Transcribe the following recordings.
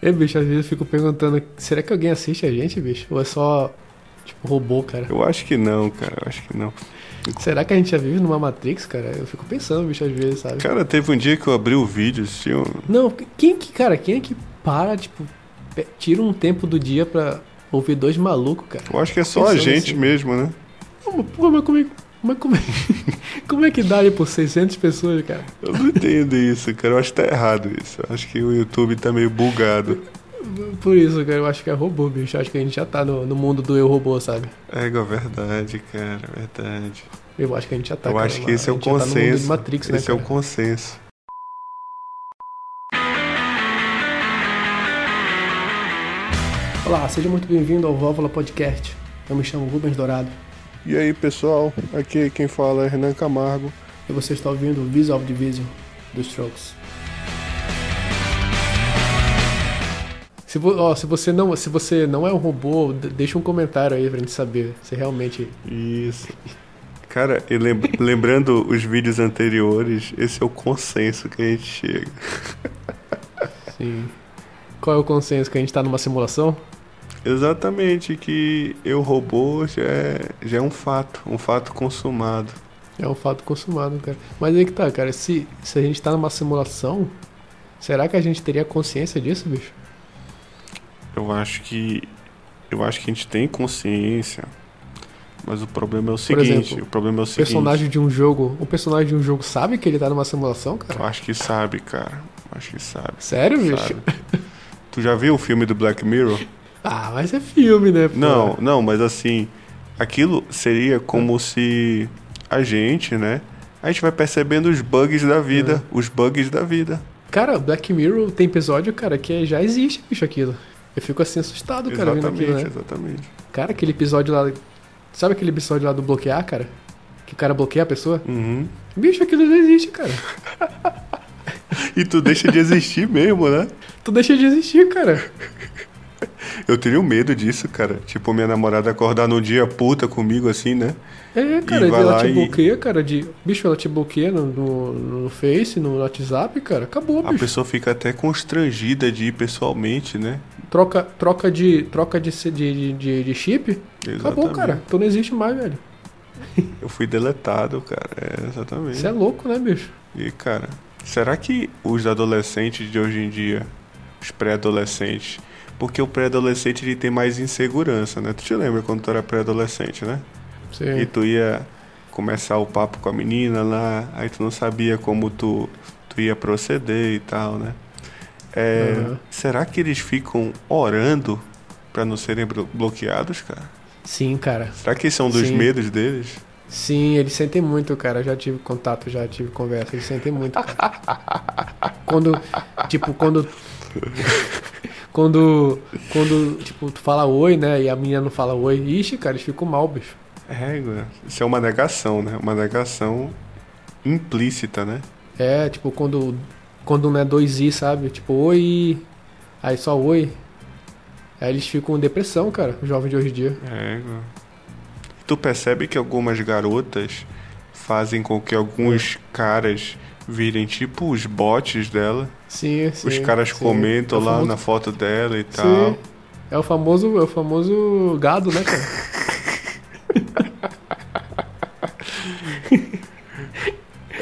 É, bicho, às vezes eu fico perguntando, será que alguém assiste a gente, bicho? Ou é só, tipo, robô, cara? Eu acho que não, cara, eu acho que não. Será que a gente já vive numa Matrix, cara? Eu fico pensando, bicho, às vezes, sabe? Cara, teve um dia que eu abri o vídeo, assim, eu... Não, quem que, cara, quem é que para, tipo, pe- tira um tempo do dia pra ouvir dois malucos, cara? eu acho que é só a Pensando gente assim. mesmo, né? Não, mas, porra, mas como é, mas como é, como é que dá, tipo, 600 pessoas, cara? Eu não entendo isso, cara, eu acho que tá errado isso. Eu acho que o YouTube tá meio bugado. Por isso, cara, eu acho que é robô, bicho. Eu acho que a gente já tá no, no mundo do eu robô, sabe? É, é verdade, cara, verdade. Eu acho que a gente já tá, eu cara, acho que mas esse é a o gente já tá no mundo de consenso. Matrix, né, esse é o cara? consenso. Olá, seja muito bem-vindo ao Válvula Podcast. Eu me chamo Rubens Dourado E aí pessoal, aqui quem fala é Renan Camargo. e você está ouvindo o Visual Division dos Strokes. Se, vo- ó, se você não, se você não é um robô, d- deixa um comentário aí pra gente saber se realmente. Isso. Cara, e lem- lembrando os vídeos anteriores, esse é o consenso que a gente chega. Sim. assim, Qual é o consenso? Que a gente tá numa simulação? Exatamente, que eu robô já é, já é um fato, um fato consumado. É um fato consumado, cara. Mas aí que tá, cara. Se, se a gente tá numa simulação, será que a gente teria consciência disso, bicho? Eu acho que eu acho que a gente tem consciência, mas o problema é o seguinte, exemplo, o problema é o O seguinte. personagem de um jogo. O personagem de um jogo sabe que ele tá numa simulação, cara? Eu acho que sabe, cara. Eu acho que sabe. Sério, bicho? sabe. Tu já viu o filme do Black Mirror? Ah, mas é filme, né? pô? Não, não, mas assim, aquilo seria como se a gente, né? A gente vai percebendo os bugs da É. vida, os bugs da vida. Cara, Black Mirror tem episódio, cara, que já existe, bicho, aquilo. Eu fico assim assustado, cara, vendo exatamente, aquilo, né? exatamente. Cara, aquele episódio lá. Sabe aquele episódio lá do bloquear, cara? Que o cara bloqueia a pessoa? Uhum. Bicho, aquilo já existe, cara. E tu deixa de existir mesmo, né? Tu deixa de existir, cara. Eu teria um medo disso, cara. Tipo, minha namorada acordar num dia puta comigo assim, né? É, cara, vai ela lá te e- bloqueia, cara, de. Bicho, ela te bloqueia no, no, no Face, no WhatsApp, cara. Acabou, A bicho. pessoa fica até constrangida de ir pessoalmente, né? Troca, troca de. Troca de, de, de, de- de chip. Acabou, Exatamente. cara. Tu não existe mais, velho. Eu fui deletado, cara. É, exatamente. Isso é louco, né, bicho? E, cara, será que os adolescentes de hoje em dia, os pré-adolescentes, porque o pré-adolescente ele tem mais insegurança, né? Tu te lembra quando tu era pré-adolescente, né? Sim. E tu ia começar o papo com a menina lá, aí tu não sabia como tu, tu ia proceder e tal, né? É, Aham. Será que eles ficam orando pra não serem blo- bloqueados, cara? Sim, cara. Será que esse é um dos Sim. medos deles? Sim, eles sentem muito, cara. Eu já tive contato, já tive conversa. Eles sentem muito. Cara. quando, tipo, quando. Quando, quando, tipo, tu fala oi, né? E a menina não fala oi. Ixi, cara, eles ficam mal, bicho. É, Igor, isso é uma negação, né? Uma negação implícita, né? É, tipo, quando, quando não é dois i, sabe? Tipo, oi. Aí só oi. Aí eles ficam em depressão, cara. Os jovens de hoje em dia. É, Igor. Tu percebe que algumas garotas fazem com que alguns É. caras virem tipo os bots dela. Sim, sim. Os caras sim. comentam É o lá famoso- na foto dela e tal. Sim. É o famoso, é o famoso gado, né, cara?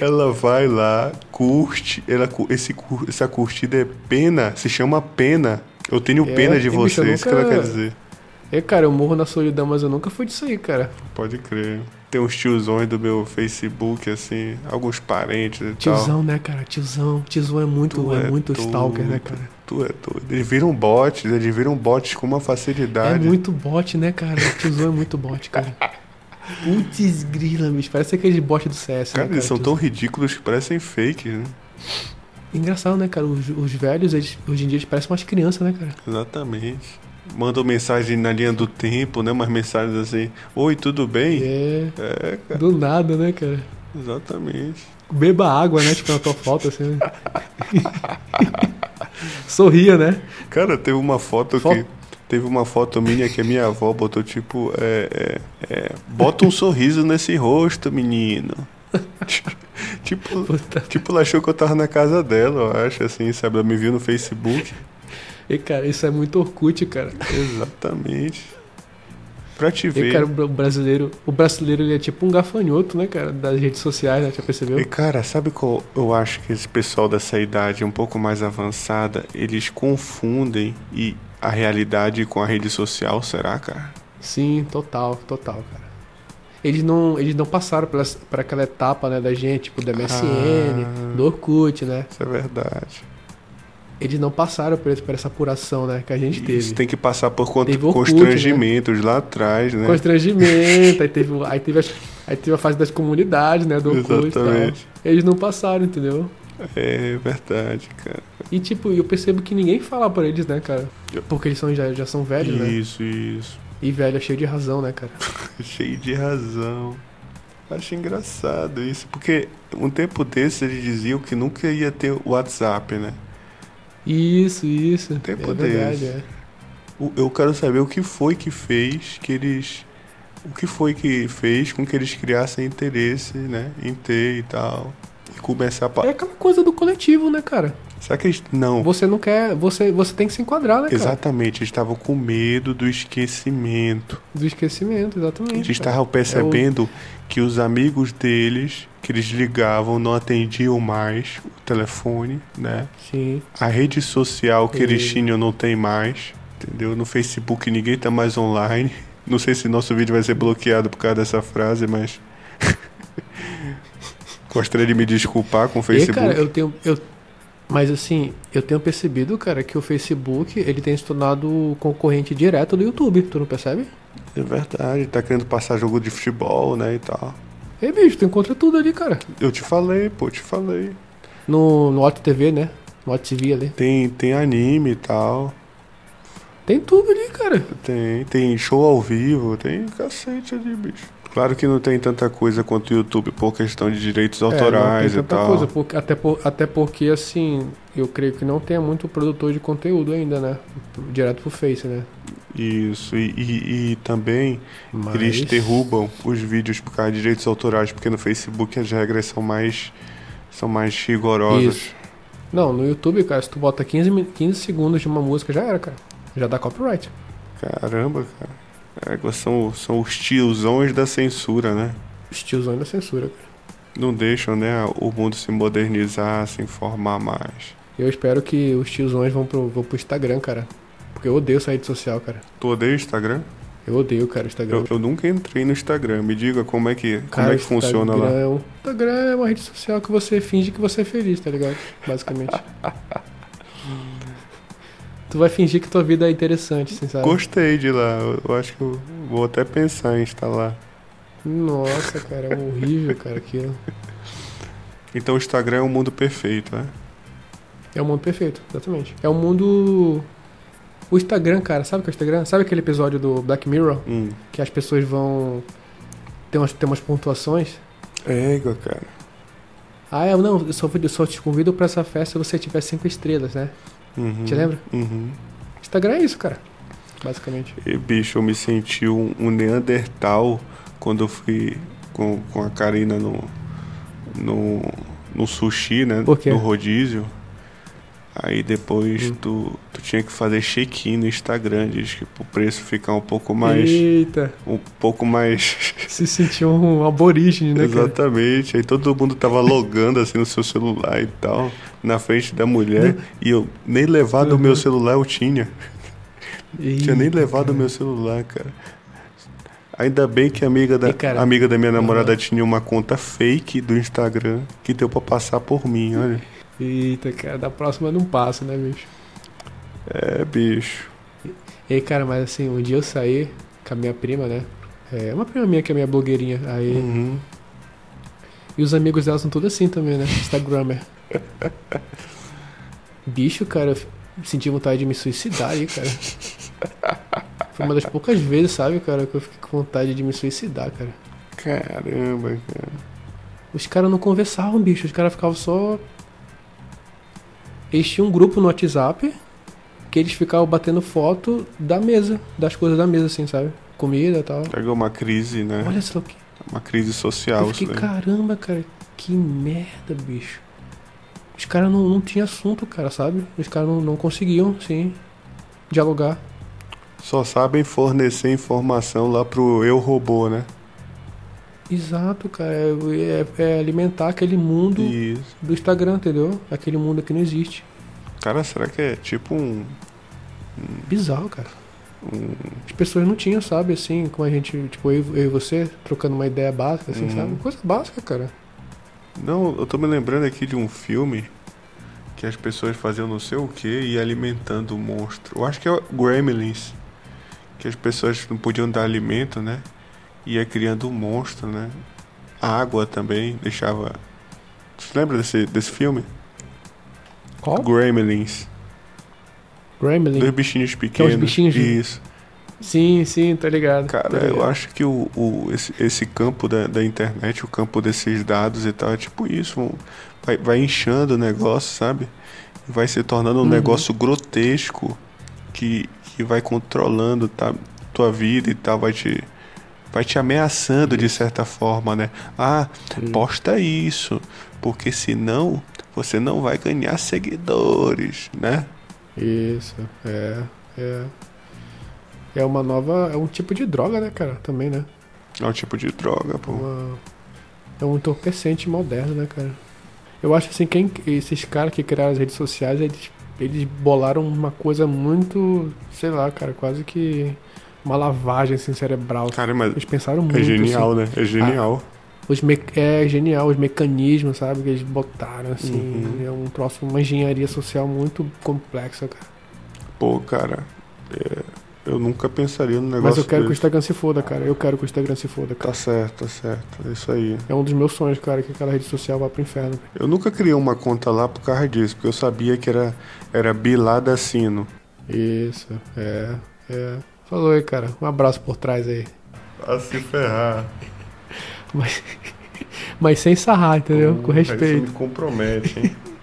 Ela vai lá, curte, ela, cu- esse, cu- essa curtida é pena, se chama pena. Eu tenho É, pena de e, bicho, eu você, isso que ela nunca- quer dizer. É, cara, eu morro na solidão, mas eu nunca fui disso aí, cara. Pode crer. Tem uns tiozões do meu Facebook, assim, alguns parentes e tal. Tiozão, né, cara? Tiozão. Tiozão é muito, Tu é é muito doido. stalker, né, cara? Tu é doido. Eles viram bots, eles viram bots com uma É facilidade. muito bot, né, cara? Tiozão é muito bot, cara. Putz grila, bicho. Parece aqueles bot do CS, Cara, né, eles são tão tiozão. ridículos que parecem fake, né? Engraçado, né, cara? Os, os velhos, eles, hoje em dia, eles parecem umas crianças, né, cara? Exatamente. Mandam mensagem na linha do tempo, né? Umas mensagens assim, oi, tudo bem? É, É, cara, do nada, né, cara? exatamente. Beba água, né? Tipo, na tua falta, assim, né? Sorria, né? Cara, teve uma foto Fo- que. Teve uma foto minha que a minha avó botou tipo. É, é, é, bota um sorriso nesse rosto, menino. tipo, Puta. tipo, ela achou que eu tava na casa dela, eu acho, assim, sabe? Ela me viu no Facebook. E, cara, isso é muito Orkut, cara. Exatamente. Pra te E, ver. cara, o brasileiro, o brasileiro ele é tipo um gafanhoto, né, cara? Das redes sociais, né? Já percebeu? E cara, sabe qual eu acho que esse pessoal dessa idade um pouco mais avançada, eles confundem e a realidade com a rede social, será, cara? Sim, total, total, cara. Eles não, eles não passaram pela, por aquela etapa, né, da gente, tipo, do MSN, Ah. do Orkut, né? Isso é verdade. Eles não passaram por, esse- por essa apuração, né, que a gente teve. Isso tem que passar por cont- Teve Orkut, né? constrangimentos lá atrás, né? Constrangimento, aí teve, o- aí, teve as- aí teve a fase das comunidades, né, do Orkut e tal. Exatamente. Eles não passaram, entendeu? É verdade, cara. E, tipo, eu percebo que ninguém fala pra eles, né, cara? Porque eles são, já, já são velhos, né? isso, isso. E velho é cheio de razão, né, cara? Cheio de razão. Acho engraçado isso, porque um tempo desse eles diziam que nunca ia ter WhatsApp, né? Isso, isso. Tem é poder verdade, esse. é. O- Eu quero saber o que foi que fez que eles. O que foi que fez com que eles criassem interesse, né? Em ter e tal. E começar a. pa- É aquela coisa do coletivo, né, cara? Será que eles. Não, Você não quer. Você, você tem que se enquadrar, né, cara? exatamente. Eles estavam com medo do esquecimento. Do esquecimento, Eles exatamente. cara. estavam percebendo que os amigos deles, que eles ligavam, não atendiam mais o telefone, né? Sim. A rede social que eles E- tinham não tem mais, entendeu? No Facebook ninguém tá mais online. Não sei se nosso vídeo vai ser bloqueado por causa dessa frase, mas. Gostaria de me desculpar com o E, cara, Facebook. eu tenho. Eu... Mas assim, eu tenho percebido, cara, que o Facebook ele tem se tornado concorrente direto do YouTube, tu não percebe? É verdade, tá querendo passar jogo de futebol, né? E tal. Ei, bicho, tu encontra tudo ali, cara. Eu te falei, pô, te falei. No, no Otto TV, né? No Otto TV ali. Tem, tem anime e tal. Tem tudo ali, cara. Tem, tem show ao vivo, tem cacete ali, bicho. Claro que não tem tanta coisa quanto o YouTube por questão de direitos autorais é, não tem e tanta tal. Coisa, porque, até, por- até porque, assim, eu creio que não tenha muito produtor de conteúdo ainda, né? Direto pro Face, né? Isso, e, e- e também Mas... eles derrubam os vídeos por causa de direitos autorais, porque no Facebook as regras são mais, são mais rigorosas. Isso. Não, no YouTube, cara, se tu bota 15, min- 15 segundos de uma música, já era, cara. Já dá copyright. Caramba, cara. Agora são, são os tiozões da censura, né? Os tiozões da censura, cara. Não deixam né, o mundo se modernizar, se informar mais. Eu espero que os tiozões vão pro, vão pro Instagram, cara. Porque eu odeio essa rede social, cara. Tu odeia o Instagram? Eu odeio, cara, o Instagram. Eu, eu nunca entrei no Instagram. Me diga como é que, como é que funciona lá. lá? Instagram é uma rede social que você finge que você é feliz, tá ligado? Basicamente. tu vai fingir que tua vida é interessante, assim, sabe? Gostei de lá. Eu, eu acho que eu vou até pensar em instalar. Nossa, cara, é horrível, cara, aquilo. Então o Instagram é um mundo perfeito, né? É o mundo perfeito, exatamente. É o mundo. O Instagram, cara, sabe o que é o Instagram? Sabe aquele episódio do Black Mirror? Hum. Que as pessoas vão. Tem umas, tem umas pontuações. É, cara. Ah, eu não, eu só, eu só te convido pra essa festa se você tiver cinco estrelas, né? Uhum. Te lembra? Uhum. Instagram é isso, cara. Basicamente. E, bicho, eu me senti um, um Neandertal quando eu fui com, com a Karina no, no, no sushi, né? Por quê? No rodízio. Aí depois Hum. tu, tu tinha que fazer check-in no Instagram, diz que pro preço ficar um pouco mais. Eita, Um pouco mais. se sentiu um aborígene, né, cara? Exatamente. Aí todo mundo tava logando assim no seu celular e tal, na frente da mulher. e eu nem levado o meu Né? Uhum. celular eu tinha. Tinha nem Eita, levado o cara. meu celular, cara. Ainda bem que a amiga da, E, cara, amiga da minha namorada aham. tinha uma conta fake do Instagram que deu pra passar por mim, olha. Eita, cara, da próxima não passa, né, bicho? É, bicho. E aí, cara, mas assim, um dia eu saí com a minha prima, né? É uma prima minha que é minha blogueirinha. Aí. Uhum. E os amigos dela são todos assim também, né? Instagrammer. Bicho, cara, eu f- senti vontade de me suicidar aí, cara. Foi uma das poucas vezes, sabe, cara, que eu fiquei com vontade de me suicidar, cara. Caramba, cara. Os caras não conversavam, bicho. Os caras ficavam só. Eles tinham um grupo no WhatsApp que eles ficavam batendo foto da mesa, das coisas da mesa, assim, sabe? Comida e tal. Pegou uma crise, né? Olha só que. Uma crise social, Eu fiquei, isso daí. caramba, cara, que merda, bicho. Os caras não, não tinham assunto, cara, sabe? Os caras não, não conseguiam, sim. dialogar. Só sabem fornecer informação lá pro eu robô, né? Exato, cara. É, é- é alimentar aquele mundo Isso. do Instagram, entendeu? Aquele mundo que não existe. Cara, será que é tipo um. Bizarro, cara. um- As pessoas não tinham, sabe, assim, como a gente, tipo, eu, eu e você, trocando uma ideia básica, assim, Uhum. sabe? Coisa básica, cara. Não, eu tô me lembrando aqui de um filme que as pessoas faziam não sei o que e alimentando o monstro. Eu acho que é o Gremlins. Que as pessoas não podiam dar alimento, né? Ia criando um monstro, né? A água também deixava. Você lembra desse, desse filme? Qual? Gremlins. Dois Gremlin. bichinhos é os pequenos. bichinhos de- Isso. Sim, sim, tá ligado. Cara, tá ligado. eu acho que o, o- esse, esse campo da, da internet, o campo desses dados e tal, é tipo isso. um- vai, vai inchando o negócio, sabe? E Vai se tornando um Uhum. negócio grotesco que, que vai controlando tá, tua vida e tal, vai te, vai te ameaçando de certa forma, né? Ah, Sim. posta isso, porque senão você não vai ganhar seguidores, né? Isso, é, é. É uma nova. É um tipo de droga, né, cara? Também, né? É um tipo de droga, pô. Uma- é um entorpecente moderno, né, cara? Eu acho assim, quem, esses caras que criaram as redes sociais, eles, eles bolaram uma coisa muito, sei lá, cara, quase que uma lavagem assim, cerebral. Cara, mas Eles pensaram muito. é assim, genial, né? É genial. os me- É genial, os mecanismos, sabe? Que eles botaram, assim. Uhum. É um troço, uma engenharia social muito complexa, cara. Pô, cara, é, eu nunca pensaria no negócio Mas eu quero que o desse. Instagram se foda, cara. Eu quero que o Instagram se foda, cara. Tá certo, tá certo. É isso aí. É um dos meus sonhos, cara, que aquela rede social vá pro inferno. Eu nunca criei uma conta lá por causa disso, porque eu sabia que era, era Bilada Sino. Isso, é, é. Falou aí, cara. Um abraço por trás aí. A se ferrar. Mas, mas sem sarrar, entendeu? Com respeito. me compromete, hein?